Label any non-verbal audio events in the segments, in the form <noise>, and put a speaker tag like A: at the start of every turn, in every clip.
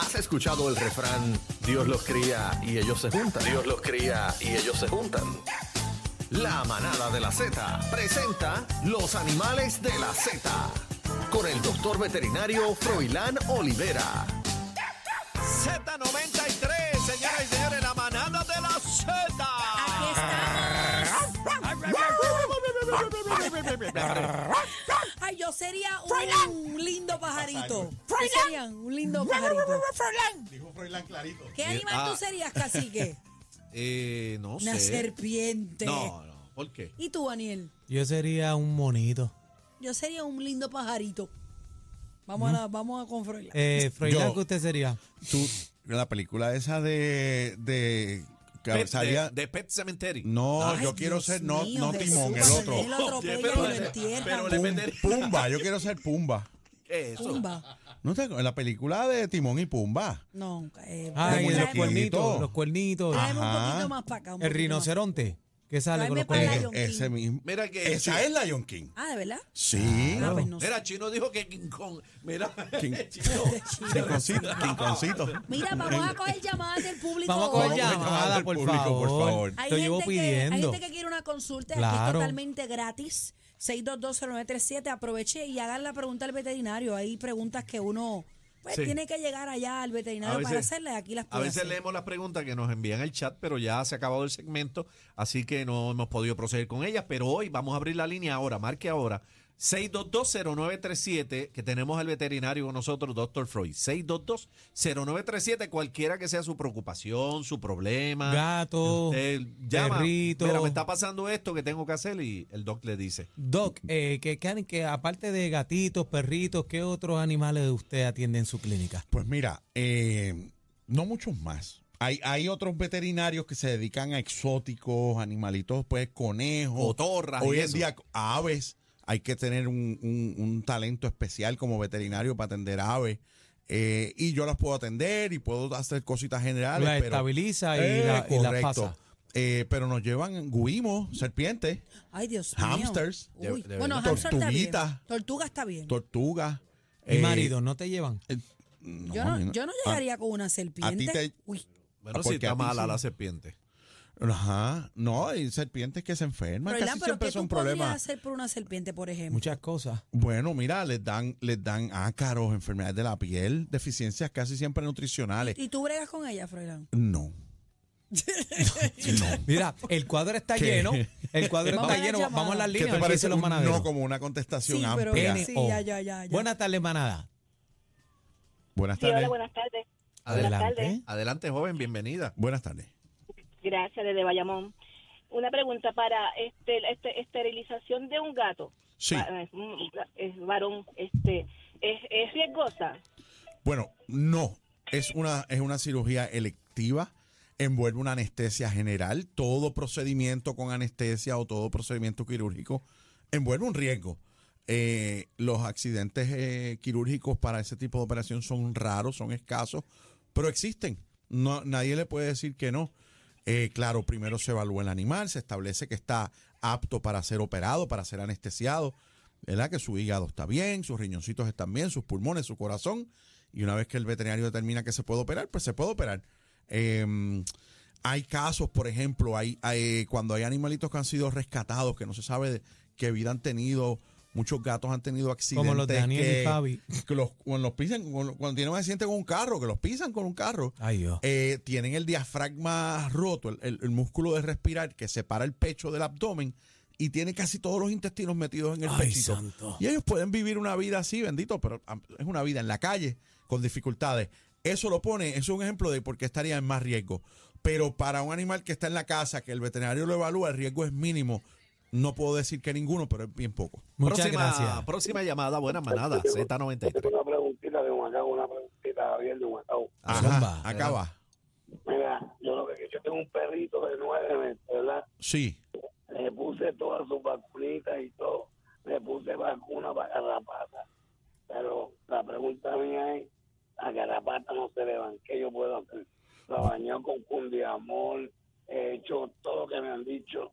A: Has escuchado el refrán, Dios los cría y ellos se juntan. Dios los cría y ellos se juntan. La manada de la Z presenta los animales de la Z con el doctor veterinario Froilán Olivera.
B: Z93, señoras y señores, la manada de la
C: Aquí estamos.
B: Z.
C: Ay, yo sería un, lindo pajarito. ¿Qué serían? Un lindo pajarito.
D: Dijo Froilán clarito.
C: ¿Qué animal
B: Ah.
C: tú serías, cacique?
B: Eh, no
C: Una
B: sé.
C: serpiente.
B: No, no, ¿por qué?
C: ¿Y tú, Daniel?
E: Yo sería un monito.
C: Yo sería un lindo pajarito. Vamos, a, la- vamos a con Froilán.
E: Eh, Froilán,
D: Yo.
E: ¿qué usted sería?
D: Tú, la película esa de. de que
B: Pet-
D: salía-
B: de, de Pet Cemetery. Ah,
D: No,
C: Ay,
D: yo quiero
C: Dios
D: ser. No,
C: mío,
D: no
C: Jesús,
D: Timón, el
C: cuando
D: otro.
C: él lo atropella
B: Oye, pero-
C: y lo entierra.
B: pero le
C: Pum,
B: metería-
D: Pumba, yo quiero ser Pumba.
B: ¿Qué es eso?
C: Zumba.
D: ¿No te acuerdas? La película de Timón y Pumba.
C: No, eh,
E: Ah,
D: de
E: y los
D: muñequito.
E: cuernitos. Los cuernitos. Ah,
C: tráeme un
D: Ajá.
C: poquito más para acá. un
E: El
C: poquito más.
E: rinoceronte. ¿Qué sale con
C: Tráeme
E: los
C: para
D: Eh,
C: Ah, Lion
E: cuernitos?
C: King.
D: ese mismo.
B: Mira que-
D: Esa es Lion King.
C: Ah, ¿de verdad?
D: Sí.
C: Ah, pues no sé.
B: Mira, Chino dijo que King Kong. Mira,
D: King-
B: <laughs> Chino.
D: Quinconcito, quinconcito.
C: Mira, vamos a coger llamadas del público.
E: Vamos a coger
D: Vamos a coger llamadas
E: llamada,
D: del
E: por,
D: público, por
E: favor.
D: favor.
C: Hay
E: Lo
C: gente
E: llevo
C: que- hay
E: pidiendo.
C: gente que quiere una consulta, aquí es
E: Claro.
C: totalmente gratis. 6220937, aproveche y hagan la pregunta al veterinario. Hay preguntas que uno pues
B: Sí.
C: tiene que llegar allá al veterinario para hacerlas, aquí las
B: a
C: puede
B: veces
C: hacer.
B: leemos las preguntas que nos envían al chat, pero ya se ha acabado el segmento, así que no hemos podido proceder con ellas. Pero hoy vamos a abrir la línea ahora, marque ahora. 6220937, que tenemos al veterinario con nosotros, doctor Freud. 6220937, cualquiera que sea su preocupación, su problema.
E: Gato,
B: Ah, usted llama,
E: perrito.
B: Mira, me está pasando esto que tengo que hacer y el doc le dice.
E: Doc, eh, que, que, que aparte de gatitos, perritos, ¿qué otros animales usted atiende en su clínica?
D: Pues mira, eh, no muchos más. Hay, hay otros veterinarios que se dedican a exóticos, animalitos, pues conejos.
B: Cotorras y
D: Hoy en
B: eso.
D: día, aves. Hay que tener un, un- un talento especial como veterinario para atender aves. Eh, y yo las puedo atender y puedo hacer cositas generales.
E: La
D: pero- Eh,
E: estabiliza y la- y la
D: correcto.
E: pasa.
D: Eh, pero nos llevan guimos, serpientes,
C: Ay, Dios
D: Hamsters.
C: mío. Uy,
B: De- de
C: bueno,
D: verdad.
C: hamster está bien.
D: Tortuguitas.
C: Tortuga está bien.
D: tortugas.
E: ¿Y
D: eh,
E: marido, no te llevan?
D: no, ah,
C: yo,
D: a mí
C: no, yo no
D: a-
C: llegaría con una serpiente.
D: te-
C: Uy,
B: Bueno,
D: Ah,
B: si
D: porque
B: está
D: a ti
B: mala
D: sí.
B: la serpiente.
D: Ajá, no, hay serpientes que se enferman,
C: Froilán,
D: casi
C: pero
D: siempre
C: ¿qué
D: son
C: tú
D: problemas.
C: podrías hacer por una serpiente, por ejemplo?
E: Muchas cosas.
D: Bueno, mira, les dan, les dan ácaros, enfermedades de la piel, deficiencias casi siempre nutricionales.
C: ¿Y tú bregas con ella, Froilán? <laughs>
D: No.
E: Mira, el cuadro está
D: ¿Qué?
E: lleno. El cuadro
C: Vamos a
E: está
C: la
E: lleno.
C: llamada.
E: Vamos a las
C: ¿Qué
D: ¿Qué
E: líneas. a ver
D: te
E: qué
D: parece
E: dicen los
D: un
E: manaderos.
D: no como una contestación
C: Sí, pero-
D: amplia?
C: Sí,
E: NO.
C: ya, ya, ya, ya.
E: Buenas tardes, manada.
D: Buenas
F: Sí, hola,
D: tardes.
F: buenas tardes.
E: Adelante.
F: tardes.
B: Adelante, joven, bienvenida.
D: Buenas tardes.
F: Gracias, desde Bayamón. Una pregunta para este, este- esterilización de un gato.
D: Sí.
F: Va- es un- es varón, este, es, es riesgosa.
D: Bueno, no. Es una, es una cirugía electiva, envuelve una anestesia general. Todo procedimiento con anestesia o todo procedimiento quirúrgico envuelve un riesgo. Eh, los accidentes eh, quirúrgicos para ese tipo de operación son raros, son escasos, pero existen. No, nadie le puede decir que no. Eh, claro, primero se evalúa el animal, se establece que está apto para ser operado, para ser anestesiado, ¿verdad? Que su hígado está bien, sus riñoncitos están bien, sus pulmones, su corazón. Y una vez que el veterinario determina que se puede operar, pues se puede operar. Eh, hay casos, por ejemplo, hay, hay- cuando hay animalitos que han sido rescatados, que no se sabe de qué vida han tenido. Muchos gatos han tenido accidentes.
E: Como los de Daniel y
D: que-
E: Fabi.
D: que los, cuando los pisan, cuando, cuando tienen un accidente con un carro, que los pisan con un carro.
E: Ay, Dios.
D: Eh, tienen el diafragma roto, el, el- el músculo de respirar que separa el pecho del abdomen y tiene casi todos los intestinos metidos en el
E: Ay,
D: pechito.
E: santo.
D: Y ellos pueden vivir una vida así, bendito, pero am, es una vida en la calle con dificultades. Eso lo pone, eso es un ejemplo de por qué estaría en más riesgo. Pero para un animal que está en la casa, que el veterinario lo evalúa, el riesgo es mínimo. No puedo decir que ninguno, pero es bien poco.
E: Muchas
B: próxima,
E: gracias.
B: Próxima llamada, buena manada,
D: <laughs>
B: Z93.
G: Una preguntita de Humacao, una preguntita Javier de Humacao.
D: Ajá,
E: Zumba.
D: acaba.
G: Mira, yo lo que yo tengo un perrito de nueve meses, ¿verdad?
D: Sí.
G: Le puse todas sus vacunitas y todo. Le puse vacuna para garrapata. Pero la pregunta mía es, las garrapatas no se le van, ¿qué yo puedo hacer? La bañó con cundiamol, he hecho todo lo que me han dicho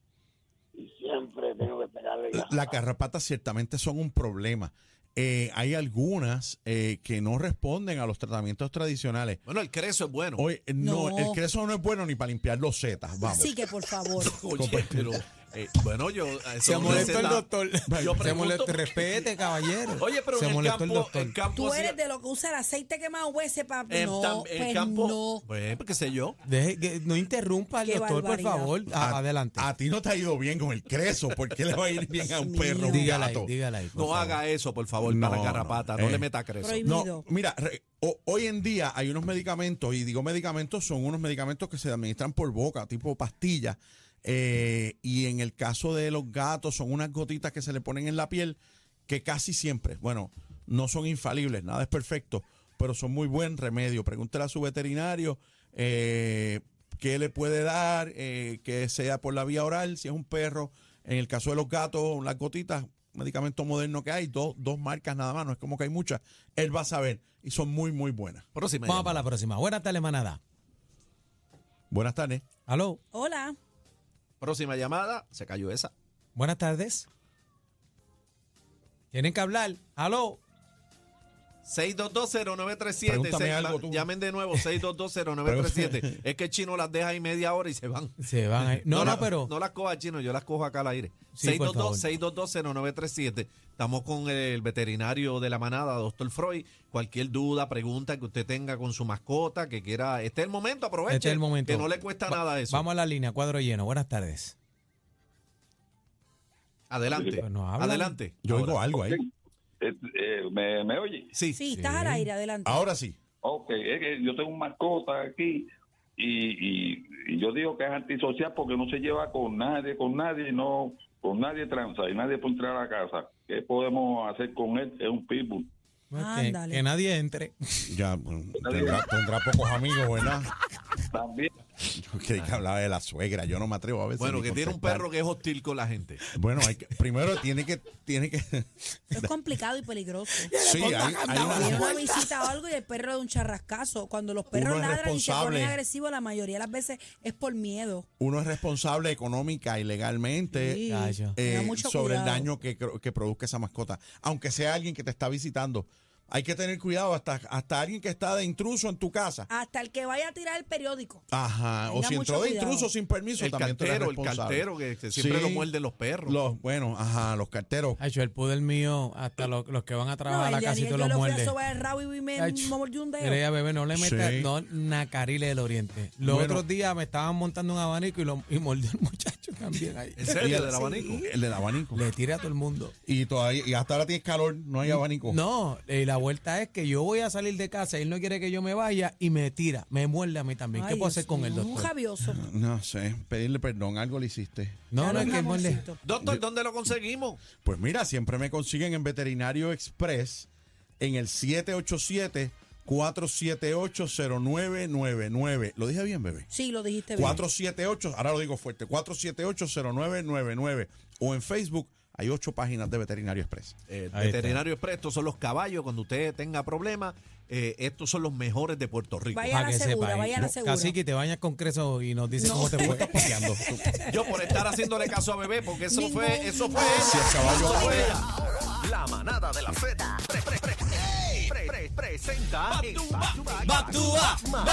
G: y siempre tengo que pegarle
D: Las
G: garrapata.
D: garrapatas ciertamente son un problema. eh, hay algunas eh, que no responden a los tratamientos tradicionales.
B: Bueno, el creso es bueno.
D: Hoy, eh, no,
C: No.
D: el creso no es bueno ni para limpiar los setas, vamos.
C: Así que, por favor.
B: Oye, pero, eh, bueno, yo... eh,
E: Se
B: son
E: molestó el
B: recetas-
E: doctor.
B: Yo
E: Se
B: pregunto
E: molestó.
B: porque-
E: Respete, caballero.
B: Oye, pero
E: Se
B: en el
E: molestó el
B: campo...
E: doctor.
B: El campo
C: Tú
B: sí-
C: eres de lo que usa el aceite quemado ese para...
B: en
C: No,
B: tam- en
C: pues
B: campo-
C: no.
B: Bueno, qué sé yo.
E: Deje que- no interrumpa al
C: Qué
E: doctor,
C: barbaridad.
E: por favor.
B: Ah,
E: A- adelante.
D: A ti no te ha ido bien con el creso. ¿Por qué le va a ir bien a un
C: Dios
D: perro?
C: mío.
D: un
E: dígala ahí,
D: gato?
E: dígala ahí. por
B: No
E: favor.
B: haga eso, por favor,
D: No,
B: para carapata. No,
D: no, eh.
B: le meta creso.
C: Prohibido.
D: No, mira, re- ho- hoy en día hay unos medicamentos, y digo medicamentos, son unos medicamentos que se administran por boca, tipo pastillas. eh, y en el caso de los gatos, son unas gotitas que se le ponen en la piel que casi siempre, bueno, no son infalibles, nada es perfecto, pero son muy buen remedio. Pregúntele a su veterinario eh, qué le puede dar, eh, que sea por la vía oral, si es un perro. En el caso de los gatos, las gotitas, medicamento moderno que hay, dos, dos marcas nada más, no es como que hay muchas. Él va a saber y son muy, muy buenas.
B: Próxima
E: Vamos
B: llamada.
E: para la próxima. Buenas tardes, manada.
D: Buenas tardes.
E: Aló.
C: Hola.
B: Próxima llamada. Se cayó esa.
E: Buenas tardes. Tienen que hablar. Aló.
B: 6220937.
D: Pregúntame
B: Seis-
D: algo
B: ma-
D: tú.
B: Llamen de nuevo, 6220937. es que el chino las deja ahí media hora y se van.
E: Se van ahí. No, no,
B: la-
E: pero.
B: No las coja chino, yo las cojo acá al aire.
E: Sí, por
B: 622-622-0937. Estamos con el veterinario de la manada, doctor Freud. Cualquier duda, pregunta que usted tenga con su mascota, que quiera. Este es el momento, aproveche.
E: Este es el momento.
B: Que no le cuesta
E: Va-
B: nada eso.
E: Vamos a la línea, cuadro lleno. Buenas tardes.
B: Adelante.
E: Pues no hablan.
B: Adelante.
D: Yo
B: Ahora.
D: oigo algo ahí.
H: Eh, eh, ¿me, ¿Me oye?
B: Sí.
C: Sí, estás al aire, adelante.
D: Ahora sí.
H: Ok, es que yo tengo un mascota aquí y, y- y yo digo que es antisocial porque no se lleva con nadie, con nadie, no, con nadie tranza y nadie puede entrar a la casa. ¿Qué podemos hacer con él? Es un pitbull.
E: Que,
C: Ándale.
E: que nadie entre.
D: Ya bueno, tendrá, tendrá pocos amigos, ¿verdad? <laughs>
H: También.
D: Yo creí que hablaba de la suegra, yo no me atrevo a veces.
B: Bueno,
D: ni
B: que tiene un
D: contestar.
B: perro que es hostil con la gente.
D: Bueno, hay que- primero tiene que,
C: <laughs>
D: tiene que.
C: Es complicado y peligroso.
D: <laughs> sí, hay, hay una-
C: Viene una visita o algo y el perro de un charrascazo. Cuando los perros
D: Uno es
C: ladran y se ponen
D: responsable.
C: agresivos, la mayoría de las veces es por miedo.
D: uno es responsable económica y legalmente
C: Sí,
E: Gallo.
D: eh,
C: tenga mucho
D: sobre el
C: cuidado.
D: daño que, cro- que produzca esa mascota, aunque sea alguien que te está visitando. Hay que tener cuidado hasta, hasta alguien que está de intruso en tu casa.
C: Hasta el que vaya a tirar el periódico.
D: Ah, Ajá, o
C: Tenga
D: si entró
C: Ah, mucho
D: de
C: cuidado.
D: intruso sin permiso,
B: El
D: también tú eres
B: cartero, el
D: responsable.
B: cartero que, que siempre
D: Sí,
B: lo muerden los perros.
D: Los, bueno, ajá, los carteros.
E: <laughs> Ay, yo el pudel mío, hasta lo- los que van a
C: No,
E: trabajar
C: el de
E: a la casa y
C: Aniel,
E: te
C: yo
E: los
C: le fui a
E: muerde.
C: sobar el rabo y me,
E: Ay,
C: me mordió un dedo.
E: Mira, bebé, no le metas,
D: Sí.
E: no, nacarile del oriente. Los
D: Bueno.
E: otros días me estaban montando un abanico y, lo, y mordió el muchacho también ahí.
B: ¿En serio? ¿Del abanico?
D: El del abanico.
E: Le tira a todo el mundo.
D: Y todavía, y hasta ahora tienes calor, no
B: Mm,
D: hay
B: Oh.
D: abanico.
E: No, eh, la vuelta es que yo voy a salir de casa, él no quiere que yo me vaya y me tira, me muerde a mí también.
C: Ay,
E: ¿Qué puedo
C: Dios
E: hacer con el
C: mío, Un
E: doctor?
C: javioso.
D: No sé, pedirle perdón, algo le hiciste.
E: No, no,
C: Dale
E: es
C: un
E: que él muerde.
C: jamoncito.
B: Doctor, ¿dónde lo conseguimos?
D: Pues mira, siempre me consiguen en Veterinario Express en el 787-478-0999. ¿Lo dije bien, bebé?
C: Sí, lo dijiste bien.
D: 478, ahora lo digo fuerte, 478-0999. O en Facebook hay ocho páginas de Veterinario Express.
B: Eh,
E: Ahí está.
B: veterinario Express, estos son los caballos. Cuando usted tenga problemas, eh, estos son los mejores de Puerto Rico.
C: Vaya a la segura, vaya a la segura.
E: Casi que te bañas con creso y nos dices cómo te
C: <laughs>
E: fue.
B: Yo por estar haciéndole caso a bebé, porque eso
C: Ningún-
B: fue, eso fue.
D: Si el
B: eso
D: caballo
B: fue.
A: La manada de la Z. Pre, pre, pre- pre- pre- presenta. el Back to back.